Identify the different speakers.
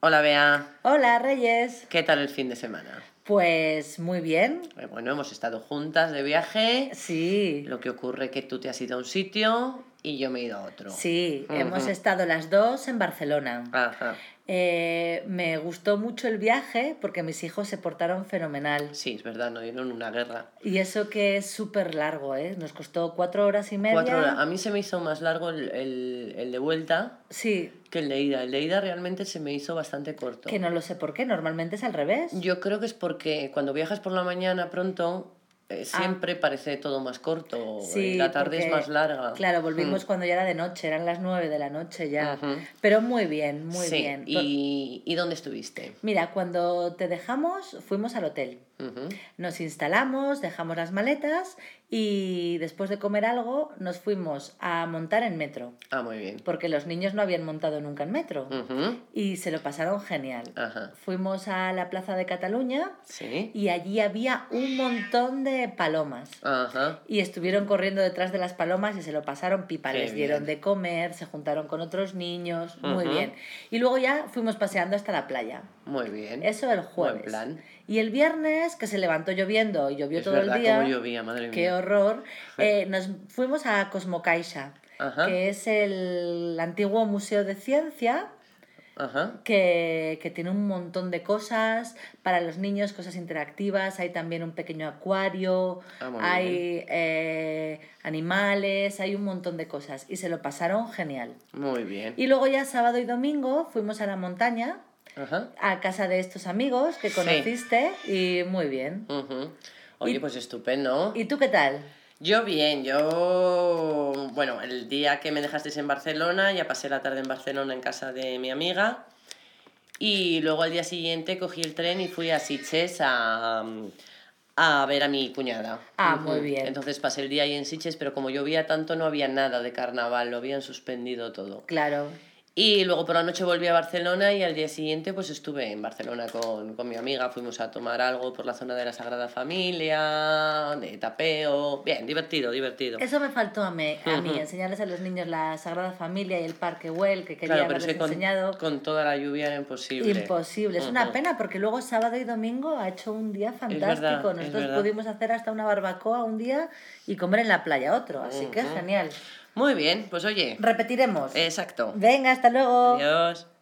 Speaker 1: Hola Bea,
Speaker 2: Hola Reyes.
Speaker 1: ¿qué tal el fin de semana?
Speaker 2: Pues muy bien.
Speaker 1: Eh, Bueno, hemos estado juntas de viaje,
Speaker 2: Sí,
Speaker 1: lo que ocurre que tú te has ido a un sitio y yo me he ido a otro.
Speaker 2: sí,
Speaker 1: Ujú.
Speaker 2: hemos estado las dos en Barcelona.
Speaker 1: Ajá.
Speaker 2: Eh, me gustó mucho el viaje porque mis hijos se portaron fenomenal.
Speaker 1: Sí, es verdad, no dieron una guerra.
Speaker 2: Y eso que es súper largo, ¿eh? Nos costó cuatro horas y media.
Speaker 1: Cuatro horas. A mí se me hizo más largo el, el- el de vuelta
Speaker 2: Sí,
Speaker 1: que el de ida. El de ida realmente se me hizo bastante corto.
Speaker 2: que no lo sé por qué, normalmente es al revés.
Speaker 1: Yo creo que es porque cuando viajas por la mañana pronto, eh, siempre parece todo más corto. eh, la tarde es
Speaker 2: Ah. porque,
Speaker 1: más larga. Mm.
Speaker 2: Claro, volvimos cuando ya era de noche, eran las nueve de la noche ya.
Speaker 1: Ujú.
Speaker 2: Pero muy bien, muy
Speaker 1: Sí,
Speaker 2: bien.
Speaker 1: ¿Y, ¿y dónde estuviste?
Speaker 2: Mira, cuando te dejamos, fuimos al hotel.
Speaker 1: Ujú.
Speaker 2: Nos instalamos, dejamos las maletas y después de comer algo nos fuimos a montar en metro,
Speaker 1: Ah, muy bien.
Speaker 2: porque los niños no habían montado nunca en metro
Speaker 1: Ujú.
Speaker 2: y se lo pasaron genial.
Speaker 1: Ajá.
Speaker 2: Fuimos a la Plaza de Cataluña
Speaker 1: Sí.
Speaker 2: y allí había un montón de palomas.
Speaker 1: Ajá.
Speaker 2: Y estuvieron corriendo detrás de las palomas y se lo pasaron pipa,
Speaker 1: Qué
Speaker 2: les dieron
Speaker 1: bien.
Speaker 2: de comer, se juntaron con otros niños, muy
Speaker 1: Ujú.
Speaker 2: bien. Y luego ya fuimos paseando hasta la playa.
Speaker 1: Muy bien.
Speaker 2: Eso el jueves.
Speaker 1: plan.
Speaker 2: Y el viernes, que se levantó lloviendo y llovió
Speaker 1: es
Speaker 2: todo
Speaker 1: verdad
Speaker 2: el día.
Speaker 1: como llovía, madre
Speaker 2: Qué
Speaker 1: mía.
Speaker 2: horror. Eh, nos fuimos a Cosmocaixa,
Speaker 1: Ajá.
Speaker 2: que es el antiguo museo de ciencia
Speaker 1: Ajá.
Speaker 2: que, que tiene un montón de cosas para los niños, cosas interactivas. Hay también un pequeño acuario,
Speaker 1: Ah, muy
Speaker 2: hay eh, animales, hay un montón de cosas. Y se lo pasaron genial.
Speaker 1: Muy bien.
Speaker 2: Y luego ya sábado y domingo fuimos a la montaña,
Speaker 1: Ajá.
Speaker 2: a casa de estos amigos que
Speaker 1: Sí.
Speaker 2: conociste y muy bien.
Speaker 1: Ujú. Oye, pues estupendo.
Speaker 2: ¿Y tú qué tal?
Speaker 1: Yo bien, yo... Bueno, el día que me dejasteis en Barcelona, ya pasé la tarde en Barcelona en casa de mi amiga. Y luego al día siguiente cogí el tren y fui a Sitges a, a ver a mi cuñada.
Speaker 2: Ah,
Speaker 1: Ujú.
Speaker 2: muy bien.
Speaker 1: Entonces pasé el día ahí en Sitges, pero como llovía tanto no había nada de carnaval, lo habían suspendido todo.
Speaker 2: Claro.
Speaker 1: Y luego por la noche volví a Barcelona y al día siguiente pues estuve en Barcelona con, con mi amiga, fuimos a tomar algo por la zona de la Sagrada Familia, de tapeo, bien, divertido, divertido.
Speaker 2: Eso me faltó a mí, a mí
Speaker 1: Ujú.
Speaker 2: enseñarles a los niños la Sagrada Familia y el Parque Güell que quería
Speaker 1: Claro, pero es
Speaker 2: haberles
Speaker 1: que con,
Speaker 2: enseñado.
Speaker 1: con toda la lluvia era imposible.
Speaker 2: Imposible, es una pena porque luego sábado y domingo ha hecho un día fantástico.
Speaker 1: verdad, es
Speaker 2: Nosotros
Speaker 1: verdad.
Speaker 2: pudimos hacer hasta una barbacoa un día y comer en la playa otro, así que genial.
Speaker 1: Muy bien, pues oye,
Speaker 2: Repetiremos.
Speaker 1: exacto.
Speaker 2: Venga, hasta luego.
Speaker 1: Adiós.